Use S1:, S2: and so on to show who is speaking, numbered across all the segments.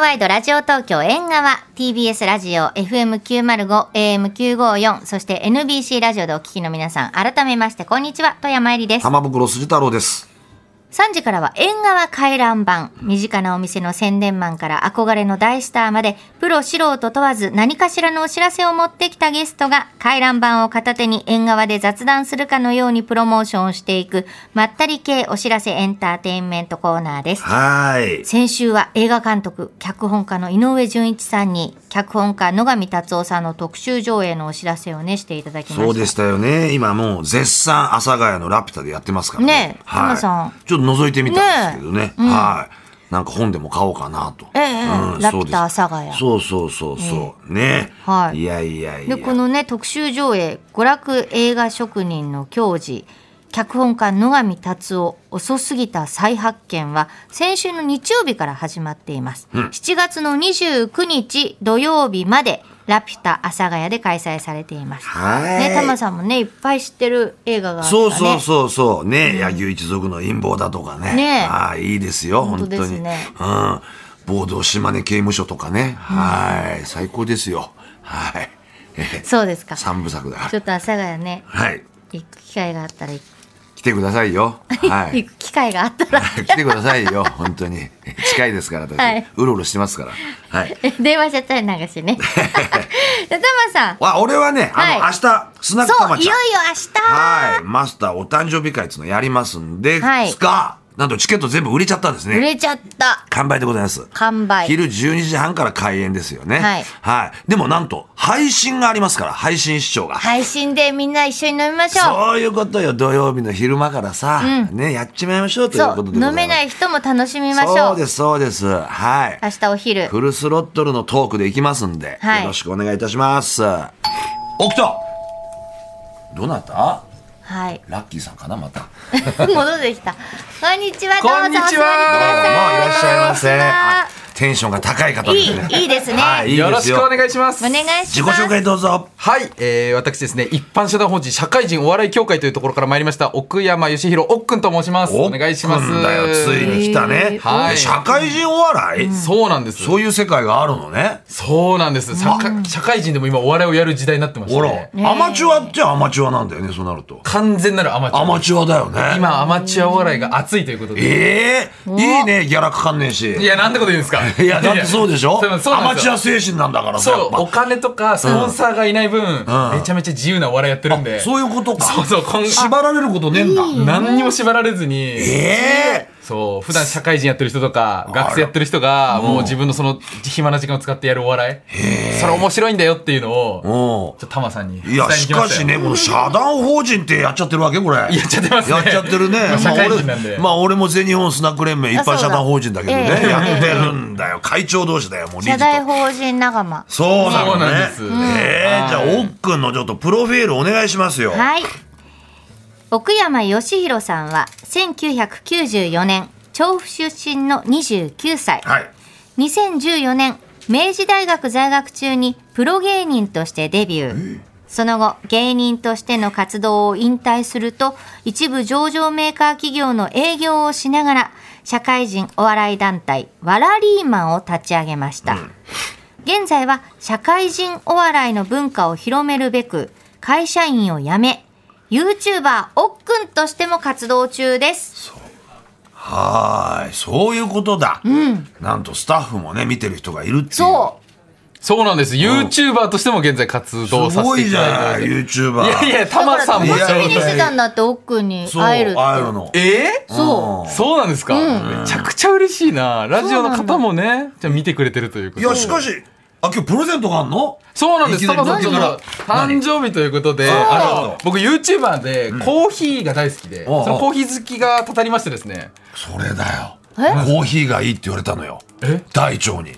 S1: ワイドラジオ東京縁側 TBS ラジオ FM905 AM954 そして NBC ラジオでお聞きの皆さん改めましてこんにちは富山えりです
S2: 玉袋筋太郎です。
S1: 3時からは縁側回覧版身近なお店の宣伝マンから憧れの大スターまでプロ素人問わず何かしらのお知らせを持ってきたゲストが回覧版を片手に縁側で雑談するかのようにプロモーションをしていくまったり系お知らせエンターテインメントコーナーです
S2: はーい。
S1: 先週は映画監督脚本家の井上純一さんに脚本家野上達夫さんの特集上映のお知らせをねしていただきました
S2: そうでしたよね。今もう絶賛阿佐ヶ谷のラピュタでやってますからね。
S1: ねえ
S2: はい。
S1: 熊さん
S2: ちょっと覗いてみたんですけどね。はい。なんか本でも買おうかなと。
S1: ええええラピュタ阿佐ヶ谷
S2: そうですそうそうそうそう。ね。
S1: はい
S2: いやいやいや。
S1: でこのね特集上映「娯楽映画職人の矜持」脚本家野上達夫遅すぎた再発見は先週の日曜日から始まっています、7月の29日土曜日までラピュタ阿佐ヶ谷で開催されています
S2: はい。
S1: ねタマさんもねいっぱい知ってる映画があったね
S2: そうそうそうそうね、柳生一族の陰謀だとかね
S1: ね
S2: ああいいですよ
S1: 本
S2: 本
S1: 当
S2: 当
S1: です
S2: に、
S1: ね
S2: うん暴動島根刑務所とかね、はい最高ですよはいえへ
S1: そうですか
S2: 三部作だ
S1: ちょっと阿佐ヶ谷ね
S2: はい
S1: 行く機会があったら、
S2: 来てくださいよはい
S1: 行く機会があったら
S2: 来てくださいよ本当に近いですから私、
S1: はいう
S2: ろうろしてますからはい
S1: 電話しちゃったりなんかして ねでタマさん
S2: わ俺はねあの、
S1: はい
S2: 明日スナック
S1: そ
S2: た
S1: う
S2: ま
S1: いよい
S2: ち
S1: よ
S2: ゃん
S1: 明日
S2: はいマスターお誕生日会っていうのやりますんで、
S1: はい
S2: すがなんとチケット全部売れちゃったんです
S1: 売
S2: ね
S1: れちゃった
S2: 完売でございます
S1: 完売
S2: 昼12時半から開演ですよね。
S1: はい
S2: でもなんと、配信がありますから、配信視聴が。
S1: 配信でみんな一緒に飲みましょう
S2: そういうことよ、土曜日の昼間からさ、ね、やっちまいましょうということでございます。
S1: 飲めない人も楽しみまし
S2: そ
S1: ょ
S2: う
S1: う
S2: です、そうです。はい。
S1: 明日お昼
S2: フルスロットルのトークでいきますんで、
S1: はい
S2: よろしくお願いいたします。おきたどなた
S1: はい
S2: ラッキーさんかな、また。
S1: 戻ってきたこんにちはどうぞ
S3: こんにちは
S1: お座りください
S2: どうも、いらっしゃいませ。
S1: こん
S2: あ
S1: にちは
S2: テンションが高い方ですね。
S1: いいいいですね
S2: はい、いい
S3: よ
S2: で
S3: ろ
S2: す
S3: しく
S2: よ
S3: お。願いします。
S1: お願いします
S2: 自己紹介どうぞ。
S3: はい、えー、私ですね、一般社団法人社会人お笑い協会というところから参りました、奥山義弘、おっくんと申します。お願いします。
S2: だよ、ついに来たね。
S3: はい
S2: え社会人お笑い、
S3: そうなんです。
S2: そういう世界があるのね。
S3: そうなんです。社会社会人でも今お笑いをやる時代になってまし
S2: ほ
S3: た
S2: ら、
S3: ね。
S2: アマチュアっちゃアマチュアなんだよね、そうなると。
S3: 完全なるアマチュア。
S2: アマチュアだよね。。
S3: 今、アマチュアお笑いが熱いということで。
S2: ええいいね、ギャラかかんねえし。
S3: い
S2: い
S3: や、なんてこと言うんですか。い
S2: や、だってそうでしょ
S3: そうなんですよ
S2: アマチュア精神なんだからさ。
S3: そう、
S2: や
S3: お
S2: っ
S3: 金とかスポンサーがいない分、めちゃめちゃ自由なお笑いやってるん
S2: ぱ
S3: で。
S2: そういうことか。
S3: そうそうこん
S2: 縛られることねえんだ。
S3: 何にも縛られずに。
S2: ええ
S3: そう普段社会人やってる人とか学生やってる人がもう自分のその暇な時間を使ってやるお笑いそれ面白いんだよっていうのを
S2: お
S3: ちょっとタマさんに
S2: いや、しかしね、この社団法人ってやっちゃってるわけこれ。やっ
S3: っちゃってますね
S2: やっちゃってるね。
S3: あ社会人な
S2: まあ
S3: んで
S2: 俺、まあ俺も全日本スナック連盟一般社団法人だけどね、
S1: あそうだ
S2: やってるんだよ。会長同士だよ、もう理事
S1: 社
S2: と。
S1: 大法人仲間
S2: そうなの
S3: そうなん
S2: ね
S3: で。す
S2: え
S3: うん
S2: えじゃあ、おっくんのちょっとプロフィールお願いしますよ。
S1: はい。奥山義弘さんは1994年調布出身の29歳。
S2: はい。
S1: 2014年明治大学在学中にプロ芸人としてデビュー。その後芸人としての活動を引退すると一部上場メーカー企業の営業をしながら社会人お笑い団体ワラリーマンを立ち上げました。現在は社会人お笑いの文化を広めるべく会社員を辞め YouTuber おっくんとしても活動中です
S2: はーい。そういうことだ。なんとスタッフもね、見てる人がいるっていう。
S1: そ
S3: そうなんです YouTuber としても現在活動
S2: す
S3: させ
S2: ご
S3: て
S2: い
S3: い
S2: じ
S3: ただ
S2: ゃ
S3: い
S2: ない、
S3: てま
S2: YouTuber。
S3: すいやいやタマ
S1: だか
S3: さ
S1: ら
S3: んも
S1: 楽
S2: い
S1: し
S2: や
S1: みにしてたんだっておっくんに
S2: そう、
S1: 会えるって
S2: 会えるの。
S3: えー
S1: そ
S3: そうなんですかめちゃくちゃ嬉しいなラジオの方もねじゃあ見てくれてるというこ
S2: い
S3: と
S2: や、
S3: で
S2: しかし、あ、今日プレゼントがあんの
S3: そうなんです。
S2: いき
S3: タ
S2: なり
S3: マさんだから
S2: 何
S3: 誕生日ということで、
S2: あ
S3: あ
S2: ー
S3: の僕 YouTuber でコーヒーが大好きで、そ
S2: おうおう
S3: のコーヒー好きがたたりましてですね。
S2: それだよ。コ
S1: え
S2: ーヒーがいいって言われたのよ。大腸 に。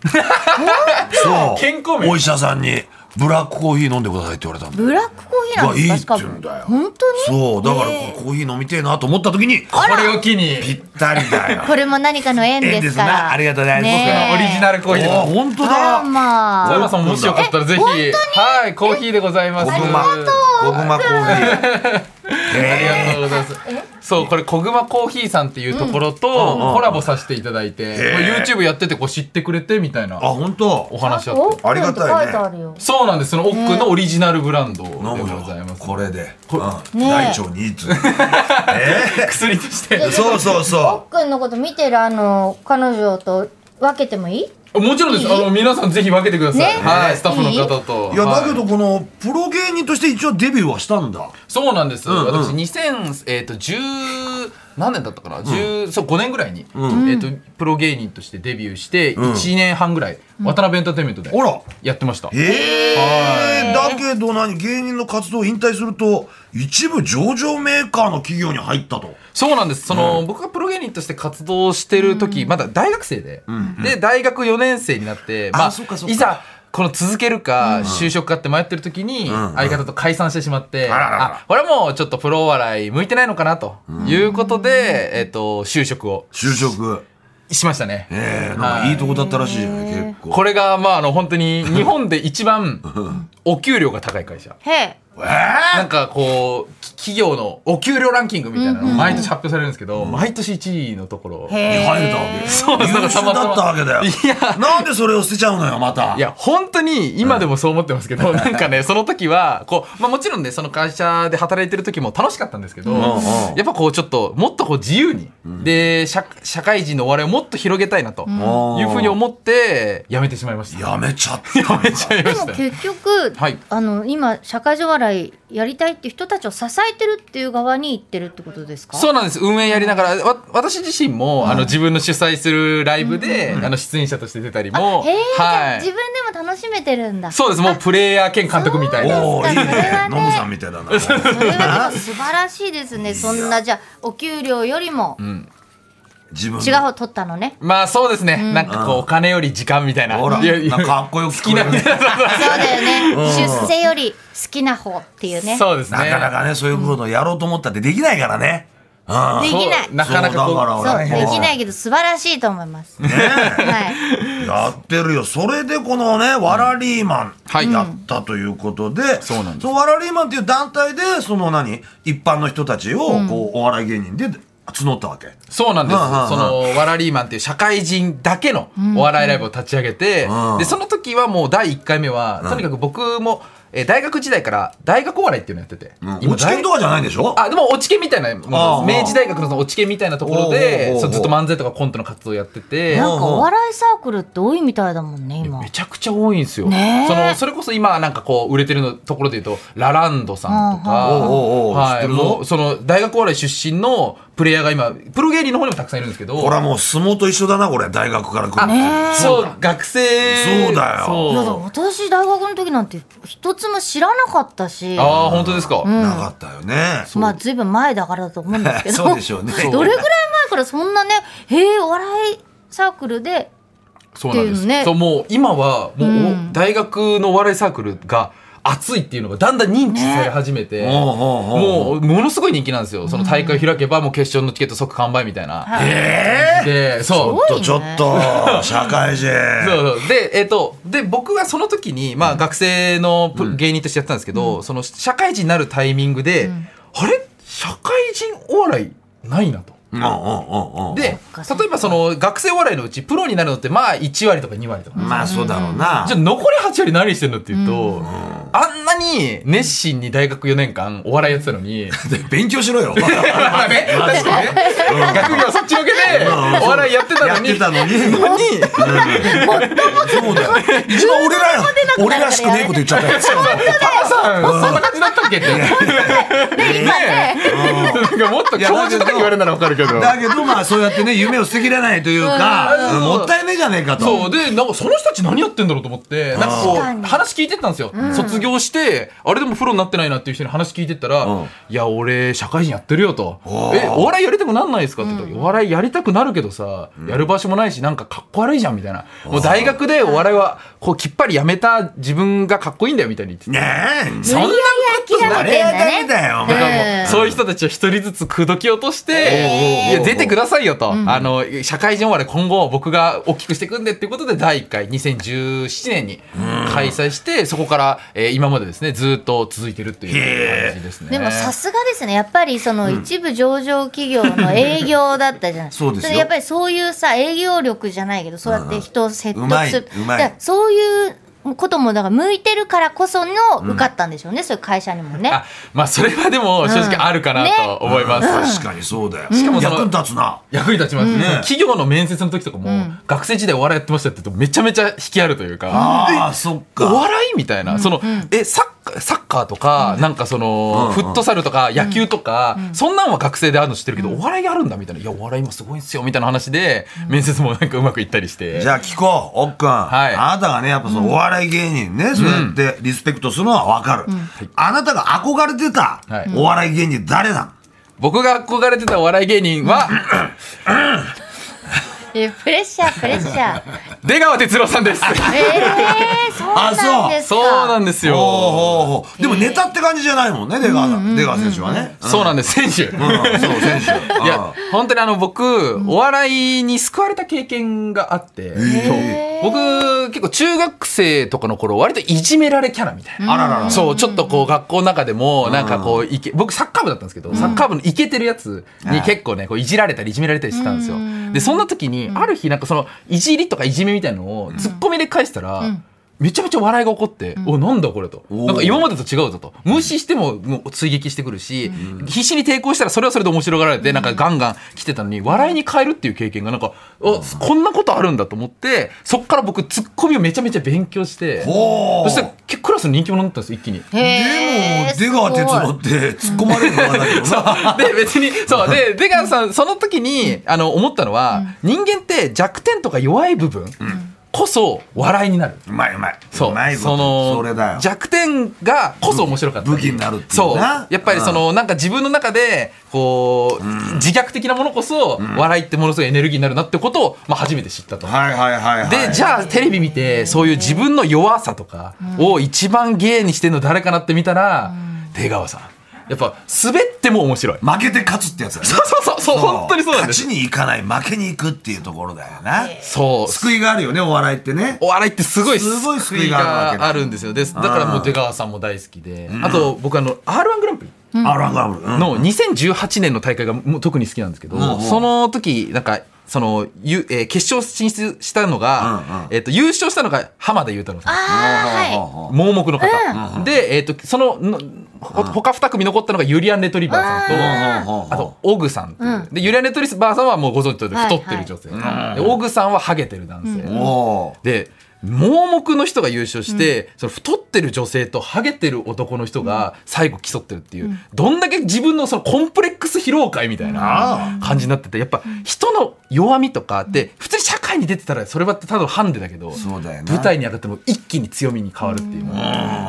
S2: そう。
S3: 健康面
S2: お医者さんに、ブラックコーヒー飲んでくださいって言われたの。
S1: うブラックコーヒーなん
S2: がい
S1: です
S2: い
S1: か
S2: っ
S1: して
S2: 言
S1: か
S2: うん
S1: も
S2: だよ。
S1: 本当に
S2: そう、だから
S1: えー
S2: コーヒー飲みてえなと思った時に、
S3: これを機に、
S2: ぴったりだよ。
S1: これも何かの縁ですか
S2: 縁ですな
S1: ら
S2: ありがとうございます
S3: 僕のオリジナ
S1: ル
S3: ルコーヒーで
S2: あ、
S3: す。
S2: 本当
S1: あら
S2: だ。
S1: ま
S3: 小
S1: あ
S3: 山さんももしよかったらぜひ、
S1: え本当に
S3: はい、コーヒーでございます。
S2: ありがとう
S1: あ
S2: 小熊コ ーヒ
S3: ありがとうございます。そう、これ、小熊コーヒーさんっていうところと、コラボさせていただいて、これ YouTube やってて、こう知ってくれて、みたいな
S2: ー。あ、本
S3: お
S2: 当。
S3: 話だった。
S2: ありがたいね
S1: 奥って書いてあるよ。
S3: そうなんです。その奥のオリジナルブランドでご
S2: 飲むよ
S3: ざいま。す。
S2: これで。うん
S4: ねえ
S2: 大腸にいいっつ うのえ
S3: 薬として。
S2: えそうそう
S1: お
S2: そ
S1: っくんのこと見てるあの彼女と分けてもいい？
S3: もちろんです。あの、皆さんぜひ分けてください。
S1: ね
S3: は
S2: ね
S3: い、スタッフの方と。
S2: う。いや、
S3: はい
S2: だけどこの、プロ芸人として一応デビューはしたんだ。
S3: そうなんです。
S2: んうん
S3: 私、2000、えっと、10、何年だったかな、10そう5年ぐらいに、えっと、プロ芸人としてデビューして、
S2: ん
S3: 1年半ぐらい、渡辺エンターテインメントで
S2: あら。
S3: やってました。
S2: ええだけど何芸人の活動を引退すると一部上場メーカーの企業に入ったと
S3: そうなんです。その、僕がプロ芸人として活動してる時、まだ大学生で、で、大学4年生になって、
S2: あ
S3: まあ
S2: そうかそう、か
S3: いざ、この続けるか、就職かって迷ってる時に、
S2: んうん
S3: 相方と解散してしまって、
S2: あららら
S3: あ、これはもうちょっとプロお笑い向いてないのかな、ということで、えっと、就職を
S2: 就職
S3: しましたね。
S2: ええなんかいいとこだったらしいじゃない結構
S3: これが、まあ、あの、本当 に、日本で一番、お給料が高い会社。
S4: へえ
S2: ええ
S3: なんかこう、き企業のお給料ランキングみたいなのが毎年発表されるんですけど、毎年1位のところ。
S2: に入れたわけ
S3: そう
S2: 優
S3: なんかた
S2: 秀
S3: またま
S2: だったわけだよ
S3: いや
S2: なんでそれを捨てちゃうのよまた
S3: いや、本当に今でもそう思ってますけど、なんかね、その時は、こう、まあもちろんね、その会社で働いてる時も楽しかったんですけど、やっぱこうちょっと、もっとこう自由に、で、社、社会人のお笑いをもっと広げたいなと、いうふうに思って、辞めてしまいました。
S2: やめちゃった
S3: やめちゃいま
S1: で
S3: し
S1: も
S3: た。
S1: 結局、
S3: はい
S1: あの今社会上笑いやりたいっていう人たちを支えてるっていう側に行ってるってことですか？
S3: そうなんです運営やりながらわ私自身も、あの自分の主催するライブで、あの出演者として出たりも、
S1: へえ、じゃあ
S3: はい
S1: 自分でも楽しめてるんだ。
S3: そうですもうプレイヤー兼監督みたいな
S2: おおいいね
S1: それはね
S2: ノムさんみたいだな
S4: それはでも素晴らしいです ねそんなじゃあお給料よりも
S2: 自分
S1: 違う方取ったのね。
S3: まあそうですね、なんかこうお金より時間みたいな
S2: ほら
S3: いやいや
S2: なんかかっこよく聞こえるね
S1: そうだよね。出世より好きな方っていうね。
S3: そうですね
S2: なかなかねそういうことやろうと思ったってできないからねうん
S1: で
S3: そう
S1: きない。
S3: なかなか
S2: そうだから
S3: こう
S1: そう、
S2: 俺ね
S1: できないけど素晴らしいと思います。
S2: ねえ
S1: はい。
S2: やってるよ。それでこのね、わらリーマ
S3: はい
S2: ンやったということで、
S3: そうなんです
S2: のわらリーマンっていう団体で、その何、一般の人たちを、こう、お笑い芸人で募ったわけ。
S3: そうなんです、
S2: うんうんうん
S3: そのわらリーマンっていう社会人だけのお笑いライブを立ち上げて、
S2: うん
S3: でその時はもう第1回目は、とにかく僕も、えー大学時代から大学お笑いっていうのやってて、
S2: うん。
S3: 今
S2: 落ち券とかじゃないんでしょ
S3: あでも落ち研みたいなも
S2: ああ
S3: のです明治大学のその落ち研みたいなところ
S2: おうおうおうお
S3: で
S2: う
S3: そうずっと漫才とかコントの活動やってて
S1: なんかお笑いサークルって多いみたいだもんね、今
S3: め。ちゃくちゃ多いんですよ、
S1: ねえ
S3: そのそれこそ今なんかこう売れてるのところで言うとラランドさんとか、
S2: うんうんおうおうおう知っ
S3: は
S2: て
S3: い、
S2: るぞ
S3: もうその大学お笑い出身のプレイヤーが今プロ芸人の方にもたくさんいるんですけど
S2: これはもう相撲と一緒だな、これ。大学から来るの。
S3: そう学生
S2: そうだよ
S3: そう
S1: いやだ私大学の時なんて一つも知らなかったし、
S3: ああ本当ですか、
S2: なかったよね。
S1: まあずいぶん前だからだと思うんですけど、
S2: そうでしょうね。
S1: どれぐらい前からそんなね、へえ、お笑いサークルで、
S3: そうなんで
S1: ってい
S3: す
S1: うね
S3: そうもう今はもう、大学のお笑いサークルが熱いっていうのがだんだん認知され始めて、
S2: ねおうおうおう
S3: もうものすごい人気なんですよその大会開けばもう決勝のチケット即完売みたいな、
S2: え
S3: でそう
S2: えと、ちょっと、社会人。
S3: そうそうで、えっ、と、で、僕はその時に、まあ、学生のプ芸人としてやってたんですけど、その、社会人になるタイミングで、あれ社会人お笑いないなと。
S2: うんうんうんうん。
S3: で
S1: っかそっ、か
S3: 例えばその、学生お笑いのうち、プロになるのって、まあ、1割とか2割とか。
S2: まあそうだろうな
S3: じゃ。あ残り8割何してんのっていうと、あんなに熱心に大学4年間お笑いやってたのに、
S2: 勉強しろよ。
S3: まあ ね、確かにね学業そっちのけでお笑いやってた
S2: や
S3: の
S2: っ
S3: に
S2: て、たのに。そうだよ。一番俺らや、俺らしくねえこと言っちゃったやつ。
S3: パパさん、そんな感じだったっけって。ねえ。なんかもっと教授とかに言われるならわかるけど。
S2: だけどまあそうやってね、夢を捨てきれないというか、うんもったいねえじゃねえかと。
S3: そうでなんかその人たち何やってんだろうと思ってなんかこ
S1: 確かに
S3: う話聞いてったんですよ、卒業してあれでもプロになってないなっていう人に話聞いてったら「
S2: うん
S3: いや俺社会人やってるよ」と
S2: お
S3: 「えお笑いやりたくなんないですか?」って言ったら、お笑いやりたくなるけどさやる場所もないしなんかかっこ悪いじゃん」みたいな「もう大学でお笑いはこうきっぱりやめた自分がかっこいいんだよ」みたいに言ってて
S2: ねえ。
S3: そんなこ
S1: 諦
S2: あ
S1: め
S2: れ
S1: てん
S2: は
S1: だ
S2: ダメ
S1: ね
S2: だよ、お
S3: だか
S2: 前
S3: らもうそういう人たちを一人ずつ口説き落として、いや、出てくださいよと。あの、社会人終わり今後僕が大きくしていくんでっていうことで、第1回、2017年に開催して、そこから、えー今までですね、ずっと続いてるという感じですね。
S1: でもさすがですねやっぱりその一部上場企業の営業だったじゃない
S2: そうですよ
S1: れやっぱりそういうさ営業力じゃないけどそうやって人を説
S2: うま
S1: 得
S2: い
S1: する、
S2: うまい
S1: だからそういうこともだから向いてるからこその受かったんでしょうね、そういう会社にもね
S3: あ、まあ、それはでも正直あるかなと思います。
S2: 確かにそうだよ。
S3: かもその
S2: 役に立つな。
S3: 役に立ちます、
S2: ね
S3: 企業の面接の時とかも、学生時代お笑いやってましたって言うとめちゃめちゃ引きあるというか、
S2: ああ、そっ
S3: お
S2: か。
S3: 笑いみたいな、そのえサッカーサッカーとか、なんかその、
S2: うん
S3: フットサルとか野球とか、そんなんは学生であるの知ってるけど、お笑いあるんだみたいないやお笑い今すごいんですよみたいな話で、面接もなんかうまくいったりして
S2: じゃあ聞こう、おっくん。
S3: はい
S2: あなたがね、やっぱそのお笑い芸人ね、そうやってリスペクトするのはわかる。あなたが憧れてた
S3: はい
S2: お笑い芸人誰なの
S3: 僕が憧れてたお笑い芸人は、
S1: えプレッシャープレッシ ャー
S3: 出川哲朗さんです。
S1: えー、そうなんですか
S3: そうなんですよ。
S2: ほうほうほうでもネタって感じじゃないもんね、出川さん。出川選手はね。
S3: そうなんです、選手。
S2: うんそう、選手。
S3: いや、本当にあの、僕、お笑いに救われた経験があって、そう僕、結構中学生とかの頃、割といじめられキャラみたいな。
S2: あららら。
S3: そう、ちょっとこう、学校の中でも、なんかこう、いけ、僕サッカー部だったんですけど、サッカー部のイケてるやつに結構ね、こう、いじられたりいじめられたりしてたんですよ。で、そんな時に、ある日、なんかその、いじりとかいじめみたいなのを、ツッコミで返したら、めちゃめちゃ笑いが起こって、お、なんだこれと。
S2: おー
S3: なんか今までと違うぞと。無視してももう追撃してくるし、必死に抵抗したらそれはそれで面白がられて、なんかガンガン来てたのに、笑いに変えるっていう経験がなんか、あ、こんなことあるんだと思って、そっから僕、ツッコミをめちゃめちゃ勉強して、
S2: ほう
S3: そしたら結構クラスの人気者になったんですよ、一気に。
S1: へー
S2: でも、出川哲朗って突っ込まれる側だけどな。
S3: で別にそうで出川さんその時にあの思ったのは、人間って弱点とか弱い部分こそ笑いになる。
S2: うまいうまい。
S3: そう
S2: うまいこと
S3: その
S2: それだよ。
S3: 弱点がこそ面白かった
S2: 武器になるっていう
S3: そう
S2: な
S3: やっぱりそのなんか自分の中でこう、自虐的なものこそ笑いってものすごいエネルギーになるなってことを、まあ、初めて知ったと。
S2: はいはいはいはい。
S3: でじゃあテレビ見てそういう自分の弱さとかを一番芸にしてるの誰かなって見たら出川さんやっぱ滑っても面白い
S2: 負けて勝つってやつだよね。
S3: そうそうそう、本当にそうなんです。
S2: 勝ちに行かない、負けに行くっていうところだよな。
S3: そう。
S2: 救いがあるよね、お笑いってね。
S3: お笑いってすごい
S2: すごい救いがあるわけだ
S3: があるんですよ。です。だからもう出川さんも大好きで。あと僕あの R1 グランプリ。
S2: あらがる。うん
S3: の2018年の大会がもう特に好きなんですけど、
S2: うんうん
S3: その時なんかそのゆ、えー決勝進出したのが、
S2: うんうん
S3: えっと優勝したのが浜田雄太郎さん
S1: あ
S3: 盲目の方、で、えっとそののほ他2組残ったのがユリアン・レトリバーさんと、あと、オグさんっていう、で、ユリアネトリスバーさんはもうご存知の通り太ってる女性。で、オグさんはハゲてる男性。
S2: おお
S3: で、盲目の人が優勝して、その太ってる女性とハゲてる男の人が最後競ってるっていう、どんだけ自分のそのコンプレックス疲労会みたいな感じになってて、やっぱ人の弱みとかって、普通に社会に出てたらそれはただのハンデだけど、
S2: そうだよな
S3: 舞台に上がっても一気に強みに変わるっていう、も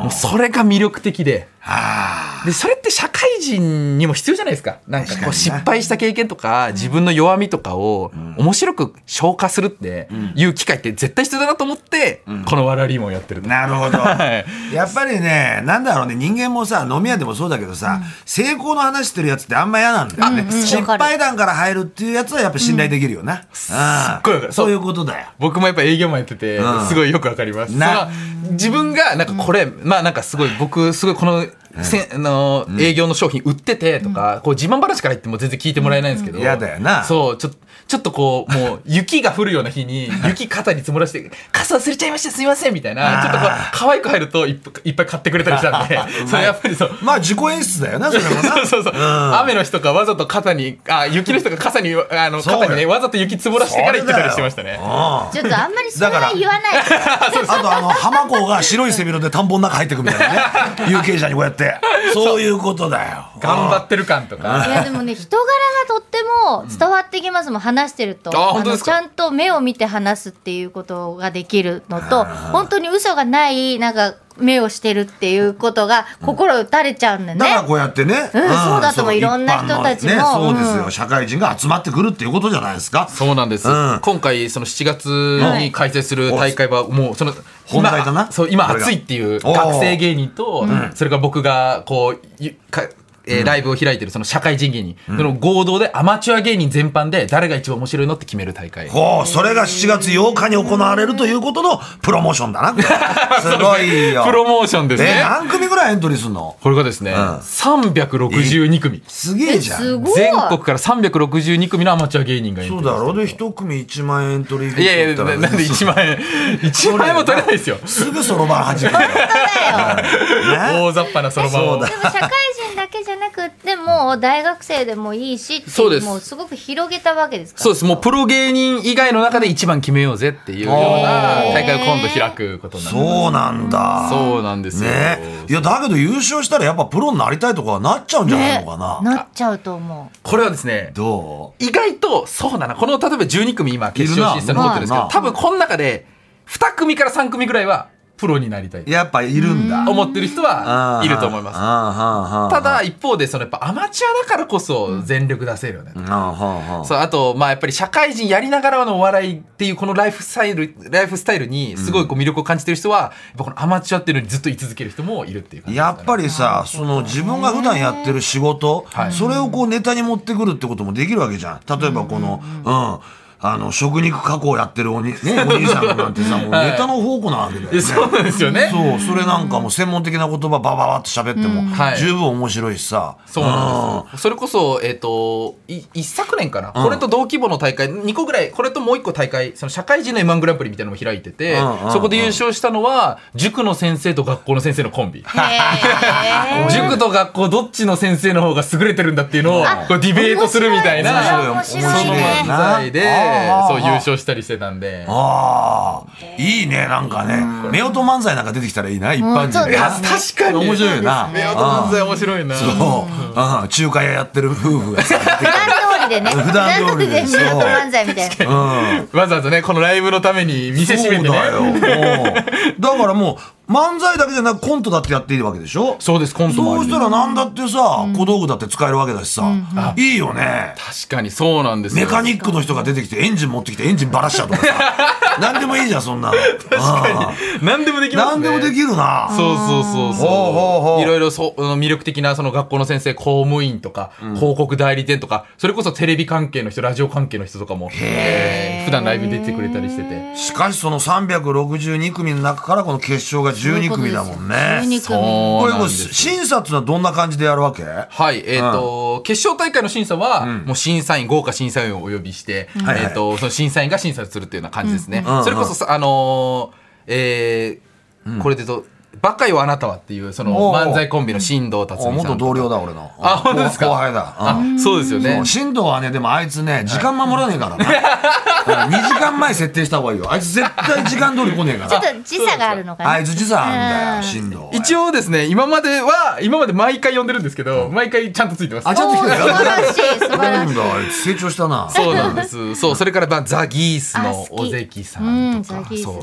S3: うそれが魅力的で。
S2: はあ。
S3: でそれって社会人にも必要じゃないですかなんか
S2: 確か
S3: こ
S2: に
S3: う
S2: な
S3: 失敗した経験とか自分の弱みとかを面白く消化するっていう機会って絶対必要だなと思ってこの「わらりもやってると
S2: なるほど。
S3: はい
S2: やっぱりね、なんだろうね、人間もさ、飲み屋でもそうだけどさ、成功の話してるやつってあんま嫌なんだよね。失敗談から入るっていうやつはやっぱ信頼できるよな。す
S3: っごいわかる
S2: そういうことだよ。
S3: 僕もやっぱ営業マンやってて
S2: うん
S3: すごいよくわかります、
S2: な
S3: その自分がなんかこれまあなんかすごい僕すごいこのせんあの営業の商品売っててとかこう自慢話から言っても全然聞いてもらえないんですけど
S2: 嫌だよな
S3: そうちょちょっとこうもう雪が降るような日に雪肩に積もらして傘忘れちゃいましたすいませんみたいなちょっとこう可愛く入るといっぱいいっぱい買ってくれたりしたんでそれやっぱりそう
S2: まあ自己演出だよな、それもな。
S3: そうそうそう、雨の日とかわざと肩にあ雪の日とか傘にあの
S2: そうよ
S3: 肩にねわざと雪積もらしてから行ってたりしてましたね
S1: ーちょっとあんまりそれは言わない
S2: あとあの浜子が白い背広で田んぼの中入ってくみたい なね有権者にこうやってそういうことだよ
S3: 頑張ってる感とか
S1: いやでもね人柄がとっても伝わってきますもん話してると
S3: あ本当です
S1: ち
S3: か
S1: ゃんと目を見て話すっていうことができるのと本当に嘘がないなんか目をしてるっていうことが心打たれちゃうんだよね
S2: だからこうやってね、
S1: うんそうだと思う
S2: の
S1: いろんな人たちも
S2: 一般のね、そうですよ、
S1: うん
S2: 社会人が集まってくるっていうことじゃないですか
S3: そうなんです、
S2: うん
S3: 今回その7月に開催する大会はもうその
S2: 本題だな
S3: 今そう今熱いっていう
S2: これが
S3: 学生芸人と、それから僕がこうゆかえーライブを開いてるその社会人芸人、その合同でアマチュア芸人全般で誰が一番面白いのって決める大会
S2: ほうそれが7月8日に行われるということのプロモーションだな すごいよ
S3: プロモーションですね、
S2: え何組ぐらいエントリーすんの
S3: これがですね、362組
S2: すげえじゃん
S1: すごい
S3: 全国から362組のアマチュア芸人がいる
S2: そうだろで一組1万円エントリーフィー
S3: いやい
S2: 取
S3: や
S2: った
S3: な
S2: ら
S3: なんで1万 円1万円も取れないですよ
S2: すぐそろばん始めるよ ね
S3: 大雑把なそろばんを
S2: そうだ
S1: でも社会人だけじゃなくってもう大学生でもいいしってい
S3: そうです
S1: もうすごく広げたわけですから
S3: そうですもうプロ芸人以外の中で一番決めようぜっていうような大会を今度開くことになる
S2: そうなんだ
S3: そうなんですよ、
S2: ねいやだけど優勝したらやっぱプロになりたいとかはなっちゃうんじゃないのかな、
S1: なっちゃうと思う
S3: これはですね
S2: ど
S3: 意外とそうだなこの例えば12組今決勝進出残ってるんですけ
S2: い
S3: ど
S2: るな
S3: 多分この中で2組から3組ぐらいはプロになりたいう
S2: やっぱいるんだ
S3: 思ってる人はいると思います
S2: す
S3: ただ一方でそのやっぱアマチュアだからこそ全力出せるよね、そうあとまあやっぱり社会人やりながらのお笑いっていうこのライフスタイルライフスタイルにすごいこう魅力を感じてる人はやっぱこのアマチュアっていうのにずっと居続ける人もいるっていう感じです
S2: や
S3: かね
S2: っぱりさその自分が普段やってる仕事、
S3: はい
S2: それをこうネタに持ってくるってこともできるわけじゃん例えばこのうん、あの食肉加工やってるおに、ね、お兄さんなんてさもうネタの宝庫なわけ だよね、
S3: えそうなんですよね
S2: そう、それなんかも専門的な言葉ばばばって喋っても
S3: はい
S2: 十分面白いしさ。
S3: そうなんですよそれこそ、えっ、と、い一昨年かな、これと同規模の大会、2個ぐらい、これともう1個大会、その社会人の M1 グランプリみたいなのも開いてて、
S2: うんうんうん
S3: そこで優勝したのは、塾の先生と学校の先生のコンビ。
S1: へー
S3: 塾と学校どっちの先生の方が優れてるんだっていうのをこうディベートするみたい
S2: 面白いよ
S3: な
S1: 面
S2: 面
S3: そ
S1: 白
S3: の
S1: い
S2: 白い
S3: 漫
S2: ね
S3: 才で
S2: あー
S3: そう優勝したりしてたんで
S2: ああ、いいね、なんかね。夫婦漫才なんか出てきたらいいな、一般人で。
S1: うん
S2: あ
S3: 確かに
S2: 面白いよな。
S3: 夫婦漫才面白いな
S2: うんそう。うん中華屋やってる夫婦がさ。出て
S1: 普段通りでね
S2: 普段通りで
S1: 普段通りで宮本漫才みたいな
S2: うん。
S3: わざわざねこのライブのために 見せしめてね
S2: そうだよ。うんだからもう、漫才だけじゃなくコントだってやっていいわけでしょ
S3: そうですコントもあ
S2: そう
S3: り
S2: したらなんだってさ、小道具だって使えるわけだしさ。いいよね。
S3: 確かにそうなんですよ
S2: メカニックの人が出てきてエンジン持ってきてエンジンばらしちゃうとか さ何でもいいじゃんそんなの確か
S3: 何でもできます
S2: 何
S3: ね
S2: でもできるな
S3: そうそうそうそ
S2: ほう
S3: う。
S2: ほうほう
S3: いろいろそうあの魅力的なその学校の先生、公務員とか、広告代理店とか、それこそテレビ関係の人、ラジオ関係の人とかも、えー普段ライブに出てくれたりしてて。
S2: しかしその362組の中からこの決勝が12組だもん
S1: 12
S2: ね
S1: 組
S2: こ
S3: そう
S2: れ
S3: なん
S2: もう
S3: です
S2: 審査ってのはどんな感じでやるわけ
S3: はい、えっ、と、決勝大会の審査は、もう審査員、豪華審査員をお呼びして、
S2: はいはい
S3: えっ、と、その審査員が審査するっていうような感じですね。
S2: うんうん
S3: それこそさ、あのーえーこれでと、バカよあなたはっていう、その
S2: おー
S3: 漫才コンビの新藤達
S2: あ
S3: 美さんとか。
S2: 元同僚だ俺の
S3: あ本当ですか
S2: 後輩だうん
S3: あ、そうですよね。
S2: そう進藤はねでもあいつね時間守らねえからな2時間前設定した方がいいよあいつ絶対時間通り来ねえか
S1: ちょっ
S2: ら
S1: と時差があるのか
S2: あ
S1: ない
S2: つ時差あんだ
S1: う
S2: よ
S1: ん
S2: 進藤
S3: 一
S2: 応
S3: 応ですね、今までは、今まで毎回呼んでるんですけど、毎回ちゃんとついてます。
S2: あちゃんと来てる
S1: 素晴らしい素晴
S2: な
S1: ら
S2: ん
S1: しい
S2: だあいつ成長したな
S3: そうなんです。そう、それから、まあ、ザ・ギース
S1: あ
S3: の
S1: 好き
S3: 尾関さんとか、
S1: うんザギース
S3: そう
S1: 好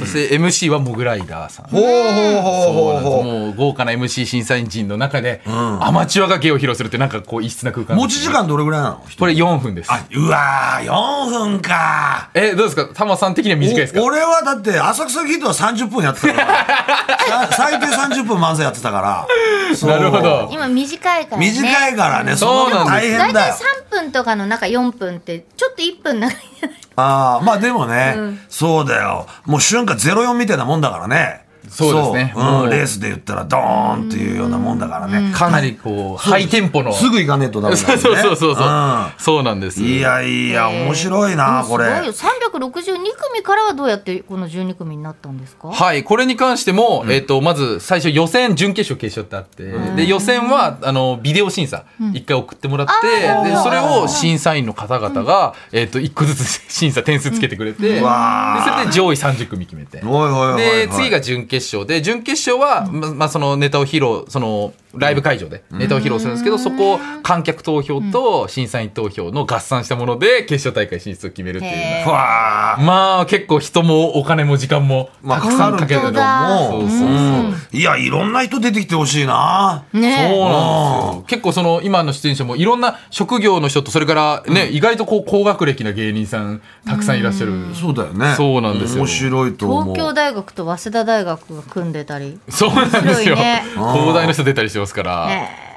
S3: そして MC はモグライダーさん。
S2: ほうほうほ
S3: そうなん
S2: う
S3: で
S2: ほ
S3: す
S2: うほう
S3: もう豪華な MC 審査員陣の中で、アマチュアが芸を披露するってなんかこう異質な空間
S2: 持ち時間どれぐらいなの
S3: これ4分です
S2: あうわー4分か
S3: えどうですかタマさん的には短いですか
S2: お俺はだって浅草キッドは30分やってたからさ 最低30分漫才やってたからそう
S3: なるほど
S1: 今短いからね
S2: 短いからね
S3: そ
S2: そううな
S3: なんんで
S2: 大
S3: す
S2: 変
S1: 大
S2: だ
S1: 体
S2: よ
S1: 3分とかの中4分ってちょっと1分長いじゃない
S2: ああまあでもね、そうだよもう瞬間04みたいなもんだからね
S3: そうですね
S2: そう
S3: も
S2: う、
S3: うん
S2: レースで言ったらドーンっていうようなもんだからね、
S3: かなりこう、ハイテンポの。
S2: すぐ行かねえとダメだ
S3: そ
S2: よ
S3: う
S2: ね
S3: そうそうそう。
S2: ん
S3: そうなんです。
S2: いやいや面白いなこれ
S1: すごいよ362組からはどうやってこの12組になったんですか
S3: はい、これに関しても、えっ、と、まず最初予選、準決勝、決勝ってあって、で、予選は、あの、ビデオ審査、一回送ってもらって、で、それを審査員の方々が、えっ、と、一個ずつ 審査点数つけてくれて、で、そ
S2: わー
S3: れで上位30組決めて。
S2: おいおいおいおい
S3: で、次が準決勝で、準決勝は、ま、まあ、そのネタを披露、その、ライブ会場でネタを披露するんですけど、そこを観客投票と審査員投票の合算したもので決勝大会進出を決めるっていうような
S1: へー
S2: ふわー
S3: まあ結構人もお金も時間も
S2: まあ
S3: たくさんかけて
S2: かかるけど
S3: も
S2: も
S3: そうそうそう
S2: いやいろんな人出てきてほしいな
S3: そう
S1: ね
S3: なんですよ結構その今の出演者もいろんな職業の人とそれからね、意外とこう高学歴な芸人さんたくさんいらっしゃる、
S2: そうだよね
S3: そうなんですよ
S2: 面白いと思う
S1: 東京大学と早稲田大学が組んでたり
S3: そうなんですよ、
S1: 面白い ね
S3: 東大の人出たりしますから、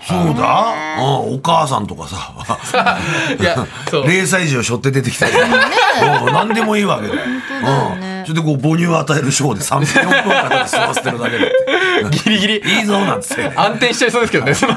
S2: そうだ、うん、お母さんとかさ
S3: いやそう
S2: 0歳児を背負って出てきたり、うん何でもいいわけで
S1: 本当だよね
S2: うん、それでこう母乳を与えるショーで3分4分間だけ吸わせてるだけで
S3: ギリギリ
S2: いいぞ なんつって
S3: 暗転しちゃいそうですけ どねその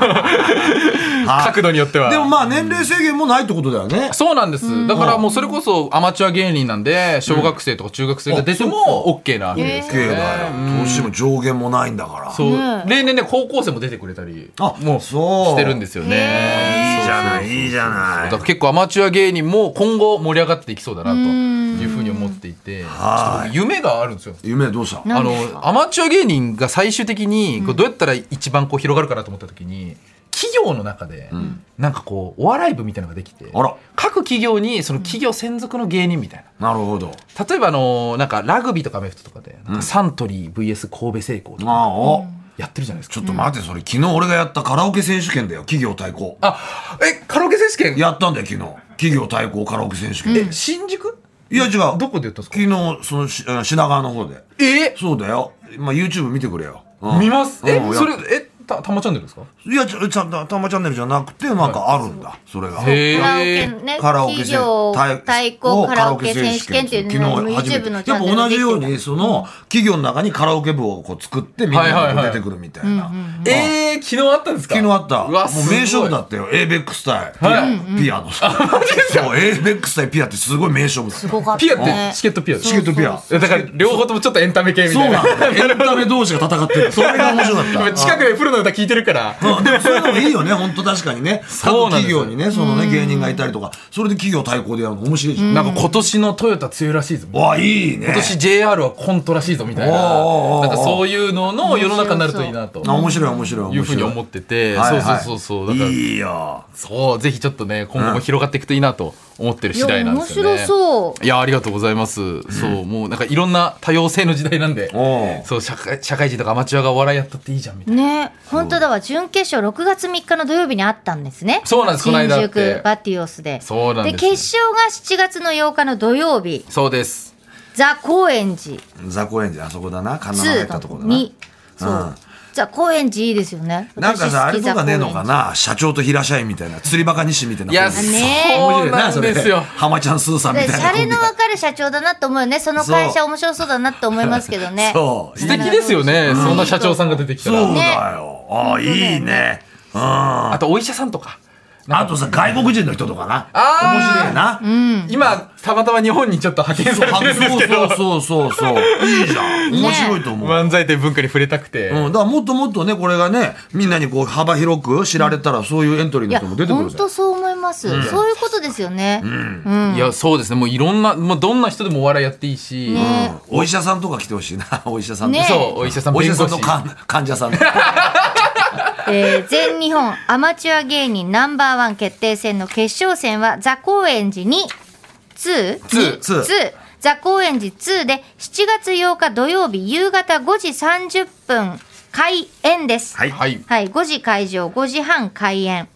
S3: 角度によっては
S2: でもまあ年齢制限もないってことだよね
S3: そうなんです。だからもうそれこそアマチュア芸人なんで、小学生とか中学生が出ても OK なわけですよ
S2: OK だよ
S3: ね。
S2: 年も上限もないんだから
S3: そう
S2: い
S1: ね。
S3: 例年ね、高校生も出てくれたり、
S2: あ
S3: もう
S2: そう
S3: してるんですよね。
S2: いじゃないいいじゃ
S3: だ
S2: ない
S3: から結構アマチュア芸人も今後盛り上がっていきそうだなというふうに思っていて、ちょっと
S2: は
S3: 僕夢があるんですよ。
S2: い夢どうした
S3: あのアマチュア芸人が最終的にこうどうやったら一番こう広がるかなと思った時に企業の中でなんかこうお笑い部みたいなのができて
S2: あら
S3: 各企業にその企業専属の芸人みたいな。
S2: なるほど
S3: 例えばあのなんかラグビーとかアメフトとかでなんかサントリー VS 神戸製鋼と
S2: あ
S3: か
S2: あお
S3: やってるじゃないです
S2: ち
S3: か、
S2: ょっと待ってそれ昨日俺がやったカラオケ選手権だよ企業対抗
S3: あえカラオケ選手権
S2: やったんだよ昨日企業対抗カラオケ選手権
S3: え新宿
S2: いや違う
S3: どこでやったんです
S2: 昨
S3: か
S2: 日そのしあ品川の方で
S3: え
S2: そうだよまあ YouTube 見てくれよ、うん
S3: 見ますえ、
S2: うんやっ
S3: それえたたまチャンネルですか
S2: いやちょちゃんとたまチャンネルじゃなくてなんかあるんだ、それが
S1: カラオケ
S3: へ
S1: ね
S2: カラオケ
S1: 企業対抗カラオケ選手権っていうのを
S2: 昨日初め
S1: YouTube
S2: て
S1: のチ
S2: や
S1: ャ
S2: っ
S1: ンネル
S2: ぱ同
S1: で
S2: じよう
S1: できて
S2: にその企業の中にカラオケ部をこう作ってみんな
S3: はいは
S2: がこ
S3: い
S2: う
S3: はい
S2: 出てくるみたいな、
S3: ええー、昨日あったんですか
S2: 昨日あった
S3: うわ
S2: もう名勝負だ
S3: っ
S2: ったよ ABEX 対ピア,、
S3: はい
S2: ピアのそう ABEX 対ピアってすごい名勝負だ
S1: すごかった
S3: ピアっ
S1: ね
S3: てチケットピアです
S2: チケットピア
S3: えだから両方ともちょっとエンタメ系み
S2: そう
S3: たいな
S2: なんだエンタメ同士が戦ってるそれが面白か った
S3: 今近くでプロの歌聞いてるから
S2: うんでもそういうのもいいよね、本当確かにね。各
S3: そうなん
S2: 企
S3: ですよ
S2: 業にね、そのね、芸人がいたりとか、それで企業対抗でやるの面白いじゃん。
S3: なんか今年のトヨタ強いらしいぞ
S2: わあ、いいね。
S3: 今年 JR はコントらしいぞみたいな
S2: おーおーおー
S3: なんかそういうのの世の中になるといいなと
S2: あ面白い面白い面白い。
S3: いうふうに思ってて
S2: はい
S3: そう
S2: はい
S3: そうそうそうだから
S2: いいよ。
S3: そうぜひちょっとね今後も広がっていくといいなと思ってる次第なんですよね
S1: いや面白そう
S3: いやありがとうございますそうもうなんかいろんな多様性の時代なんで
S2: おう
S3: そう社会社会人とかアマチュアがお笑いやったっていいじゃんみたいな
S1: ね本当だわ準決勝6月3日の土曜日にあったんですね
S3: そうなんですこの
S1: 新
S3: 間あって
S1: 宿バティオスで
S3: そうなんです
S1: 決勝が7月の8日の土曜日
S3: そうです
S1: ザ・高円寺
S2: 雑魚園じゃあそこだな。カンナが入ったとこ
S1: 2
S2: だな。
S1: にそう、
S2: うん
S1: ザ・高円寺いいですよね
S2: なんかさ、あれとかねえのか
S1: な
S2: な社長と平社員みたいな、釣りバカ西みたいな。
S3: いや
S2: コンビ
S1: ね
S2: 面
S3: そ
S2: 白
S3: う
S2: いな、
S3: な
S2: そ
S3: ん
S2: れ。
S3: ですよ
S2: 浜ちゃんスーさんみ
S1: で
S2: たいな
S1: シャ
S2: コン
S1: レ
S2: ビ
S1: のわかる社長だなと思うよねその会社面白そうだなと思いますけどね
S2: そう。
S3: 素敵ですよねそんな社長さんが出てきた
S2: そう
S3: ら
S2: だよ。ああ、いいね。うん。
S3: あとお医者さんとか
S2: あとさ、外国人の人とかな。
S3: あー
S2: 面白いな。
S3: 今たまたま日本にちょっと派遣されてるんですけど
S2: そうそうそうそうそういいじゃん面白いと思う、
S3: 漫才という文化に触れたくて、
S2: うん、だからもっともっとねこれがねみんなにこう幅広く知られたらそういうエントリ
S1: い
S2: ーの
S1: や
S2: 人も出てくる
S1: 本
S2: じゃん
S1: 当そう思います、そういうことですよね、
S3: いやそうですねもういろんなもうどんな人でもお笑いやっていいし、
S2: お医者さんとか来てほしいな お医者さんと
S1: ね
S2: か
S3: そうお医者さん
S2: お医
S3: 弁
S2: 者
S3: 護士
S2: さんとか患者さん
S1: えー全日本アマチュア芸人ナンバーワン決定戦の決勝戦はザ・高円寺に2
S3: ツー
S2: ツー
S1: ザ・高円寺2で7月8日土曜日夕方5時30分開演です。
S2: はい
S3: はい
S1: はい、5時会場、5時半開演。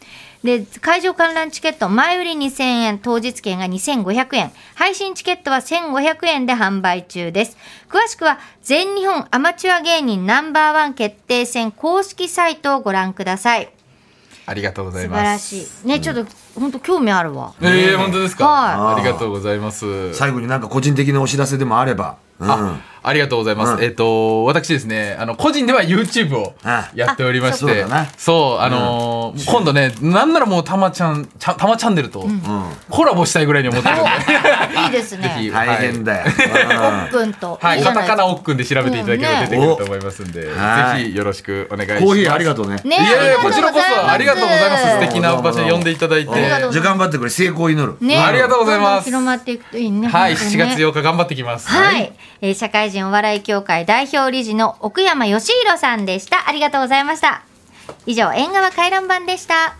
S1: で、会場観覧チケット、前売り2000円、当日券が2500円、配信チケットは1500円で販売中です。詳しくは、全日本アマチュア芸人ナンバーワン決定戦公式サイトをご覧ください。
S3: ありがとうござい
S1: 素晴
S3: ま
S1: ら
S3: す
S1: しい。ね、ちょっと、本当興味ある わ。
S3: えー、本当ですか、
S1: は
S3: ありがとうございます
S2: 最後になんか個人的なお知らせでもあれば、うん、
S3: あありがとうございます。えっ、と、私ですね、あの、個人では YouTube を
S2: あ
S3: やっておりまして、
S2: あそうだな
S3: そうあのー今度ね、なんならもうたまちゃん、ちゃたまチャンネルとコラボしたいぐらいに思ってるんで、
S1: いいです
S3: ぜ
S1: ね。
S3: ひ、
S2: 大変だよ、うん
S1: オープンと。
S3: は
S1: い
S3: い、はいい、
S1: じゃ
S3: カ
S1: ないで
S3: タ
S1: す
S3: カ
S1: か
S3: ナおっくんで調べていただければ出てくると思いますんで、
S2: はい
S3: ぜひよろしくお願いします。
S2: コーヒーありがとうね
S1: ね
S3: いやいや
S1: ありが
S3: こ
S1: と
S3: ち
S1: う
S3: ら
S1: ご
S3: こ
S1: ざいます
S3: そありがとうございます。素
S2: どう
S3: 敵な
S2: もどうも
S3: 場所に呼んでいただいて。
S2: じゃあ頑張ってくれ成功を祈る
S1: ね
S3: ありがとうございます
S1: どんどん広まっていくといいね。
S3: はい、
S1: 本当に
S3: 7
S1: ね
S3: 月8日頑張ってきます。
S1: はい、えー社会人お笑い協会代表理事の奥山義弘さんでした。ありがとうございました。以上、縁側回覧版でした。